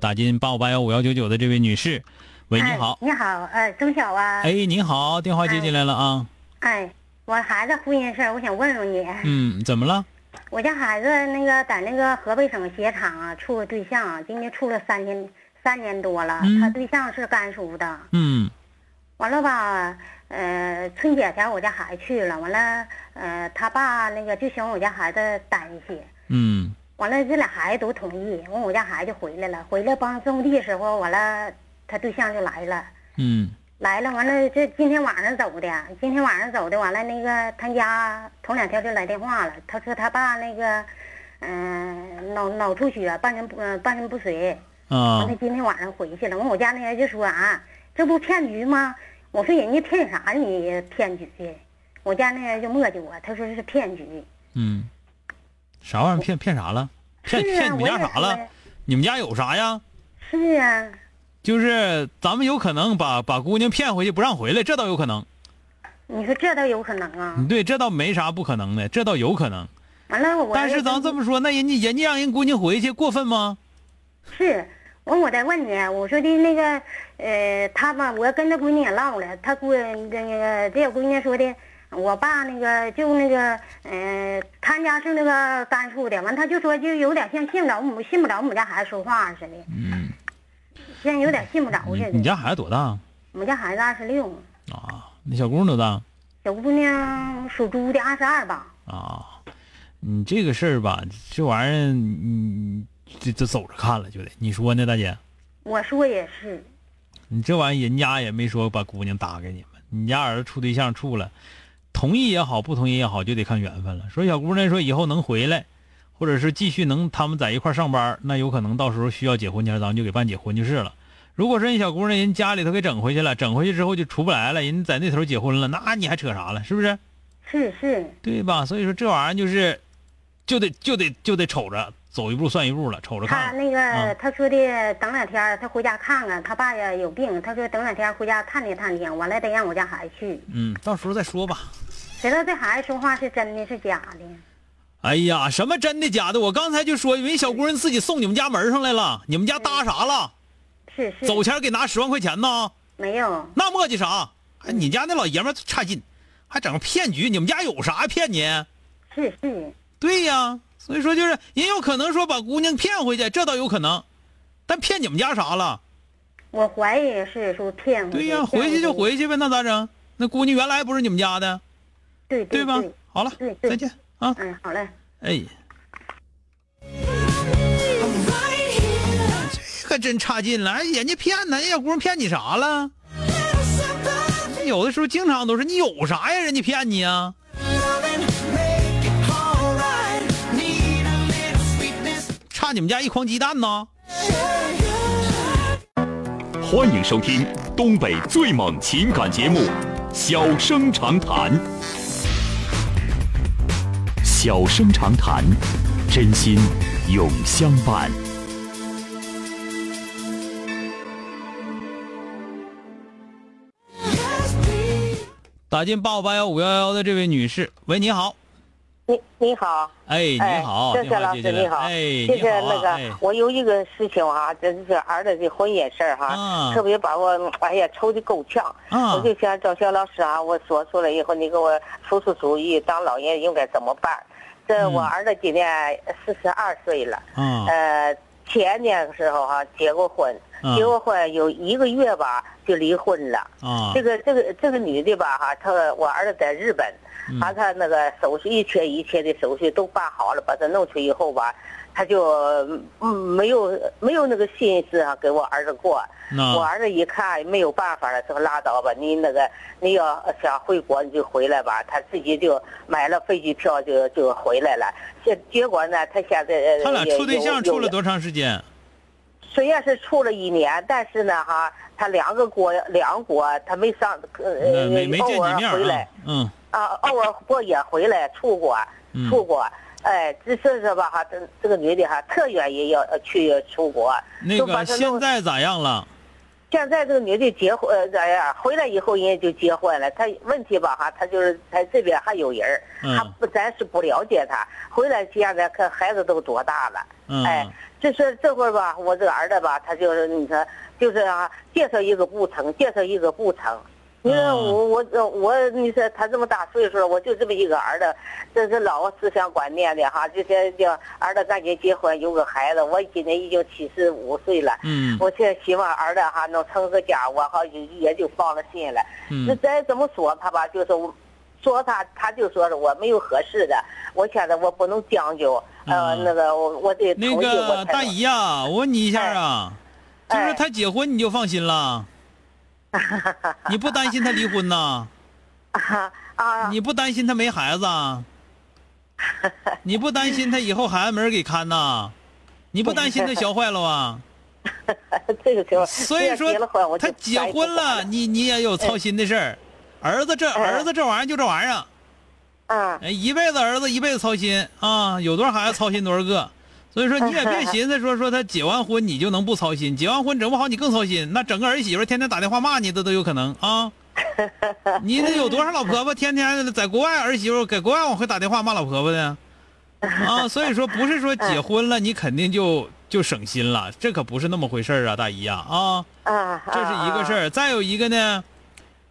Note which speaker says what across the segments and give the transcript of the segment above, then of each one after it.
Speaker 1: 打进八五八幺五幺九九的这位女士，喂，你好
Speaker 2: 哎，，你好，呃，钟晓啊，
Speaker 1: 哎，你好，电话接进来了啊，
Speaker 2: 哎，我孩子婚姻事儿，我想问问你，
Speaker 1: 嗯，怎么了？
Speaker 2: 我家孩子那个在那个河北省鞋厂啊处个对象啊，今年处了三年三年多了，
Speaker 1: 嗯
Speaker 2: 他对象是甘肃的，
Speaker 1: 嗯
Speaker 2: 完了吧，呃，春节前我家孩子去了，完了，呃，他爸那个就想我家孩子待一些。
Speaker 1: 嗯
Speaker 2: 完了，这俩孩子都同意。完，我家孩子就回来了。回来帮种地的时候，完了，他对象就来了。
Speaker 1: 嗯
Speaker 2: 来了，完了，这今天晚上走的，今天晚上走的，完了那个他家头两天就来电话了，他说他爸那个，嗯、脑脑出血，半身不、呃半身不遂，完
Speaker 1: 啊
Speaker 2: 了今天晚上回去了。完我家那人就说啊，这不骗局吗？我说人家骗啥你骗局？我家那人就磨叽我，他说是骗局。
Speaker 1: 嗯，啥玩意儿骗骗啥了？骗
Speaker 2: 是啊
Speaker 1: 骗你们
Speaker 2: 我
Speaker 1: 家
Speaker 2: 也
Speaker 1: 啥了
Speaker 2: 说？
Speaker 1: 你们家有啥呀？
Speaker 2: 是啊，
Speaker 1: 就是咱们有可能把把姑娘骗回去不让回来，这倒有可能。
Speaker 2: 你说这倒有可能啊。
Speaker 1: 对，这倒没啥不可能的，这倒有可能。
Speaker 2: 完了我，
Speaker 1: 但是咱这么说，那人家人家让人姑娘回去过分吗？
Speaker 2: 是，完我再问你，我说的那个，呃，他吧，我跟他闺女也唠了，他闺那个这我闺女说的，我爸那个就那个，呃，他家是那个甘肃的，完他就说就有点像信不着我们信不着我们家孩子说话似的，
Speaker 1: 嗯，
Speaker 2: 现在有点信不着
Speaker 1: 你
Speaker 2: 似
Speaker 1: 你
Speaker 2: 的。
Speaker 1: 家孩子多大
Speaker 2: 我们家孩子二十六，
Speaker 1: 啊？那小姑娘多大
Speaker 2: 小姑娘属猪的二十二吧，
Speaker 1: 啊？你这个事儿吧，这玩意儿，你这这走着看了就得。你说呢，大姐？
Speaker 2: 我说也是，
Speaker 1: 你这玩意儿，人家也没说把姑娘搭给你们，你家儿子处对象处了，同意也好，不同意也好，就得看缘分了。说小姑娘说以后能回来，或者是继续能他们在一块儿上班，那有可能到时候需要结婚前，咱们就给办结婚就是了。如果说人小姑娘人家里头给整回去了，整回去之后就出不来了，人在那头结婚了，那你还扯啥了？是不是？
Speaker 2: 是是
Speaker 1: 对吧？所以说这玩意儿就是，就得就得就得瞅着走一步算一步了，瞅着
Speaker 2: 他
Speaker 1: 看了。
Speaker 2: 那个、
Speaker 1: 嗯
Speaker 2: 他说的等两天儿他回家看看，他爸也有病，他说等两天儿回家探听探听，完了再让我家孩子去。
Speaker 1: 嗯，到时候再说吧。
Speaker 2: 谁知道这孩子说话是真的是假的？
Speaker 1: 哎呀，什么真的假的？我刚才就说，人小姑娘自己送你们家门上来了，你们家搭啥了？
Speaker 2: 是是
Speaker 1: 走前给拿十万块钱呢？
Speaker 2: 没有？
Speaker 1: 那磨叽啥？哎，你家那老爷们儿差劲，还整个骗局，你们家有啥骗你？
Speaker 2: 是是
Speaker 1: 对呀，所以说就是也有可能说把姑娘骗回去，这倒有可能，但骗你们家啥了？
Speaker 2: 我怀疑是说骗我的。
Speaker 1: 对呀，
Speaker 2: 骗
Speaker 1: 回去就
Speaker 2: 我的。
Speaker 1: 回去呗，那咋整？那姑娘原来不是你们家的，
Speaker 2: 对
Speaker 1: 对吧？好了
Speaker 2: 对，对
Speaker 1: 再见啊！
Speaker 2: 嗯，好嘞。
Speaker 1: 哎，这个真差劲了，哎人家骗呢，人家小姑娘骗你啥了？有的时候经常都是你有啥呀？人家骗你啊！差你们家一筐鸡蛋呢？
Speaker 3: 欢迎收听东北最猛情感节目《小生长谈》。小生长谈，真心永相伴。
Speaker 1: 打进八五八幺五幺幺的这位女士，喂，你好，
Speaker 4: 你你好，
Speaker 1: 哎，你好，
Speaker 4: 郑
Speaker 1: 电
Speaker 4: 夏
Speaker 1: 话
Speaker 4: 老师
Speaker 1: 接进来
Speaker 4: 你
Speaker 1: 了，
Speaker 4: 好，
Speaker 1: 哎，
Speaker 4: 就是
Speaker 1: 你好
Speaker 4: 那个、
Speaker 1: 啊，哎，
Speaker 4: 我有一个事情哈、这就是儿子的婚姻事儿哈、
Speaker 1: 啊
Speaker 4: 特别把我哎呀抽的够呛，
Speaker 1: 啊
Speaker 4: 我就想找肖老师啊，我说出来以后你给我出出主意，当老人应该怎么办？这
Speaker 1: 嗯
Speaker 4: 我儿子今年四十二岁了，
Speaker 1: 啊
Speaker 2: 哎
Speaker 4: 呃，前年的时候哈、结过婚，
Speaker 1: 嗯
Speaker 2: 结过婚有一个月吧就离婚了。
Speaker 1: 啊
Speaker 2: 这，个这个这个女的吧哈，她我儿子在日本，
Speaker 1: 嗯
Speaker 2: 把她那个手续一切一切的手续都办好了，把她弄去以后吧，她就嗯没有没有那个心思啊给我儿子过。
Speaker 1: 那
Speaker 2: 我儿子一看没有办法了，说拉倒吧，你那个你要想回国你就回来吧。他自己就买了飞机票就就回来了。结结果呢，他现在呃
Speaker 1: 他俩
Speaker 2: 也
Speaker 1: 处对
Speaker 2: 有
Speaker 1: 象
Speaker 2: 有
Speaker 1: 处了多长时间？
Speaker 2: 虽然是处了一年，但是呢哈，他两个国两国他没上呃
Speaker 1: 那没没见
Speaker 2: 偶
Speaker 1: 几
Speaker 2: 尔
Speaker 1: 面
Speaker 2: 回
Speaker 1: 啊
Speaker 2: 来，
Speaker 1: 嗯
Speaker 2: 啊，偶尔过也回来出国
Speaker 1: 嗯
Speaker 2: 出国。哎，只是说吧哈，这这个女的哈，特愿意要呃去出国，
Speaker 1: 那
Speaker 2: 就把
Speaker 1: 个
Speaker 2: 她
Speaker 1: 现
Speaker 2: 弄
Speaker 1: 在咋样了？
Speaker 2: 现在这个女的结婚，呃，咋样？回来以后人家就结婚了。她问题吧哈，她就是她这边还有人儿，
Speaker 1: 嗯
Speaker 2: 她不咱是不了解她。回来现在看孩子都多大了，
Speaker 1: 嗯
Speaker 2: 哎，就是这会儿吧，我这个儿子吧，他就是你说，就是啊，介绍一个不成，介绍一个不成。你说
Speaker 1: 嗯
Speaker 2: 我我我，你说他这么大岁数了，我就这么一个儿子，这是老思想观念的哈，就先叫儿子赶紧结婚有个孩子。我今年已经七十五岁了，
Speaker 1: 嗯
Speaker 2: 我现在希望儿子哈能成个家，我哈也也就放了心了。那
Speaker 1: 嗯
Speaker 2: 再怎么说他吧，就是我说他，他就说是我没有合适的，我现在我不能将就，呃，
Speaker 1: 嗯
Speaker 2: 那个我我得
Speaker 1: 那
Speaker 2: 同意我
Speaker 1: 个
Speaker 2: 才
Speaker 1: 大
Speaker 2: 能
Speaker 1: 姨呀、我问你一下啊，
Speaker 2: 哎
Speaker 1: 就是他结婚你就放心 了，你不担心他离婚呐？
Speaker 2: 啊啊
Speaker 1: 你不担心他没孩子 啊？你不担心他以后孩子没人给看呐？你不担心 他学坏了啊？
Speaker 2: 这个时候，
Speaker 1: 所以
Speaker 2: 这
Speaker 1: 说
Speaker 2: 结了婚，我就
Speaker 1: 他结
Speaker 2: 白
Speaker 1: 婚了，你你也有操心的事儿。儿子这
Speaker 2: 哎
Speaker 1: 儿子这玩意儿就这玩意儿，啊
Speaker 2: 嗯，
Speaker 1: 哎一辈子儿子一辈子操心啊，有多少孩子操心多少个。所以说你也别寻思说说他结完婚你就能不操心，结完婚整不好你更操心，那整个儿媳妇天天打电话骂你，这都有可能啊。你那有多少老婆婆天天在国外儿媳妇给国外往回打电话骂老婆婆的啊？所以说不是说结婚了你肯定就就省心了，这可不是那么回事儿啊，大姨呀啊
Speaker 2: 啊，
Speaker 1: 这是一个事
Speaker 2: 儿，
Speaker 1: 儿。再有一个呢，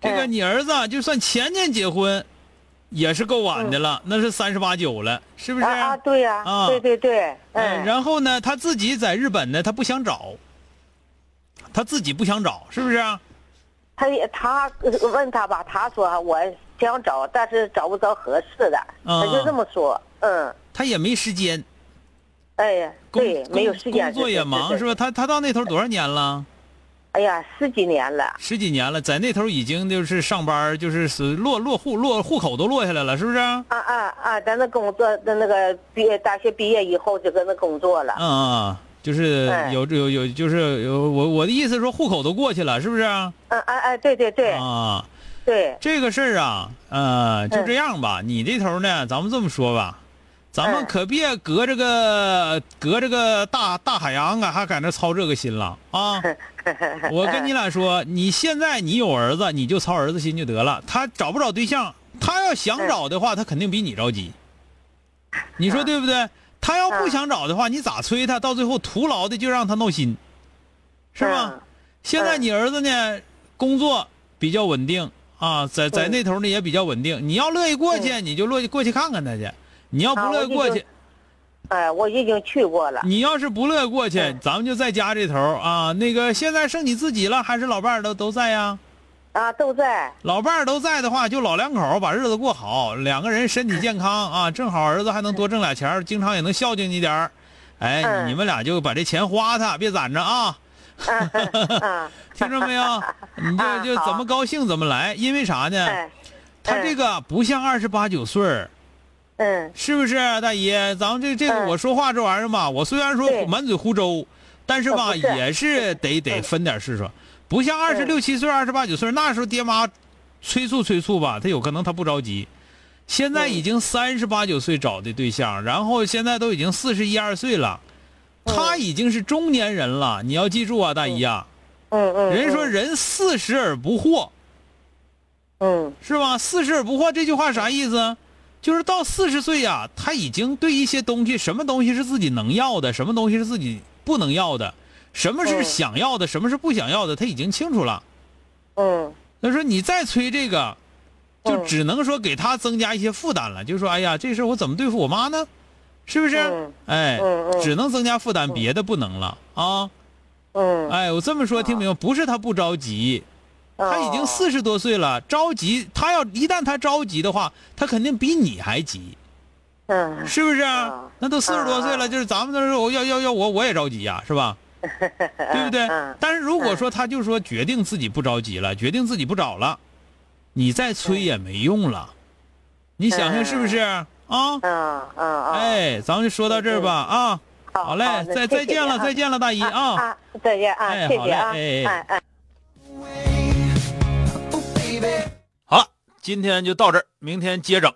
Speaker 1: 这个
Speaker 2: 嗯
Speaker 1: 你儿子啊，就算前年结婚，也是够晚的了，那是三十八九了，是不是？
Speaker 2: 嗯啊啊，对呀
Speaker 1: 啊，
Speaker 2: 对对对，
Speaker 1: 嗯，
Speaker 2: 嗯，
Speaker 1: 然后呢，他自己在日本呢，他不想找，他自己不想找，是不是啊？
Speaker 2: 他也他呃问他吧，他说啊我想找，但是找不着合适的，他
Speaker 1: 啊
Speaker 2: 就这么说，嗯，
Speaker 1: 他也没时间，
Speaker 2: 哎呀，
Speaker 1: 工
Speaker 2: 对，没有时
Speaker 1: 工
Speaker 2: 间，
Speaker 1: 作也忙，是吧？？他他到那头多少年了？
Speaker 2: 哎呀，十几年了，
Speaker 1: 十几年了，在那头已经就是上班，就是是落落户落户口都落下来了，是不是啊？
Speaker 2: 啊啊啊，咱那工作的那个毕业大学毕业以后就搁那工作了，
Speaker 1: 嗯嗯，就是
Speaker 2: 哎
Speaker 1: 有有有，就是有我我的意思说户口都过去了，是不是啊？
Speaker 2: 嗯哎哎，对对对
Speaker 1: 啊，
Speaker 2: 对，
Speaker 1: 这个事儿啊，呃，就这样吧。你这头呢，咱们这么说吧，咱们
Speaker 2: 嗯
Speaker 1: 可别隔这个隔这个大大海洋啊，还搁那操这个心了 啊！我跟你俩说，你现在你有儿子，你就操儿子心就得了。他找不找对象，他要想找的话，他肯定比你着急。你
Speaker 2: 嗯
Speaker 1: 说对不对？他要不想找的话，你咋催他？到最后徒劳的就让他闹心，是吧？
Speaker 2: 嗯
Speaker 1: 现在你儿子呢，工作比较稳定啊，在在
Speaker 2: 嗯
Speaker 1: 那头呢也比较稳定。你要乐意过去，你就乐意过去看看他去；你要不
Speaker 2: 啊
Speaker 1: 乐意
Speaker 2: 嗯我就
Speaker 1: 过
Speaker 2: 就
Speaker 1: 去，
Speaker 2: 哎，我已经去过了，
Speaker 1: 你要是不乐意过去
Speaker 2: 嗯，
Speaker 1: 咱们就在家这头啊。那个现在剩你自己了，还是老伴儿都都在呀？
Speaker 2: 啊，都在，
Speaker 1: 老伴儿都在的话，就老两口儿把日子过好，两个人身体健康
Speaker 2: 嗯
Speaker 1: 啊，正好儿子还能多挣俩钱儿，经常也能孝敬你点儿。哎，
Speaker 2: 嗯
Speaker 1: 你们俩就把这钱花它，别攒着啊。
Speaker 2: 啊，
Speaker 1: 听着没有？你
Speaker 2: 啊
Speaker 1: 就就
Speaker 2: 好
Speaker 1: 怎么高兴怎么来，因为啥呢？
Speaker 2: 哎，
Speaker 1: 他这个不像二十八九岁儿
Speaker 2: 嗯
Speaker 1: 是不是、大姨？咱们这这个
Speaker 2: 嗯
Speaker 1: 我说话这玩意儿嘛，我虽然说
Speaker 2: 对哦
Speaker 1: 满嘴胡诌，但是吧，
Speaker 2: 不是
Speaker 1: 也是得得分点事说，不像二十六七岁、二十八九岁那时候爹妈催促催促吧，他有可能他不着急。现
Speaker 2: 嗯
Speaker 1: 在已经三十八九岁找的对象，然后现在都已经四十一二岁了，
Speaker 2: 嗯
Speaker 1: 他已经是中年人了。你要记住啊，大姨啊，
Speaker 2: 嗯嗯，
Speaker 1: 人家说人四十而不惑。
Speaker 2: 嗯，
Speaker 1: 是吧？四十而不惑这句话啥意思？就是到四十岁呀、他已经对一些东西，什么东西是自己能要的，什么东西是自己不能要的，什么是
Speaker 2: 嗯
Speaker 1: 想要的，什么是不想要的，他已经清楚了。
Speaker 2: 嗯
Speaker 1: 他说你再催这个，就
Speaker 2: 嗯
Speaker 1: 只能说给他增加一些负担了。就说哎呀，这事儿我怎么对付我妈呢？是不是？
Speaker 2: 嗯
Speaker 1: 哎，
Speaker 2: 嗯嗯
Speaker 1: 只能增加负担，别的不能了啊。
Speaker 2: 嗯嗯，
Speaker 1: 哎，我这么说听明白？不是他不着急，他已经
Speaker 2: 哦
Speaker 1: 四十多岁了，着急，他要一旦他着急的话，他肯定比你还急，
Speaker 2: 嗯
Speaker 1: 是不是啊？
Speaker 2: 嗯
Speaker 1: 那都四十多岁了，
Speaker 2: 嗯嗯
Speaker 1: 就是咱们那时候要要要我我也着急呀、是 吧？对不对
Speaker 2: 嗯？
Speaker 1: 但是如果说他就说决定自己不着急了，决定自己不找了，你再催也没用了，你想想是不是啊？
Speaker 2: 嗯嗯嗯，
Speaker 1: 哎，咱们就说到这儿吧啊！
Speaker 2: 好，
Speaker 1: 好嘞，
Speaker 2: 那
Speaker 1: 再
Speaker 2: 谢谢
Speaker 1: 再见
Speaker 2: 你
Speaker 1: 了，
Speaker 2: 啊
Speaker 1: 再见了，大姨
Speaker 2: 啊
Speaker 1: 啊！
Speaker 2: 啊，再见啊，
Speaker 1: 哎
Speaker 2: 谢
Speaker 1: 好
Speaker 2: 谢
Speaker 1: 嘞
Speaker 2: 啊，
Speaker 1: 哎哎
Speaker 2: 哎哎。
Speaker 1: 好了，今天就到这儿，明天接整。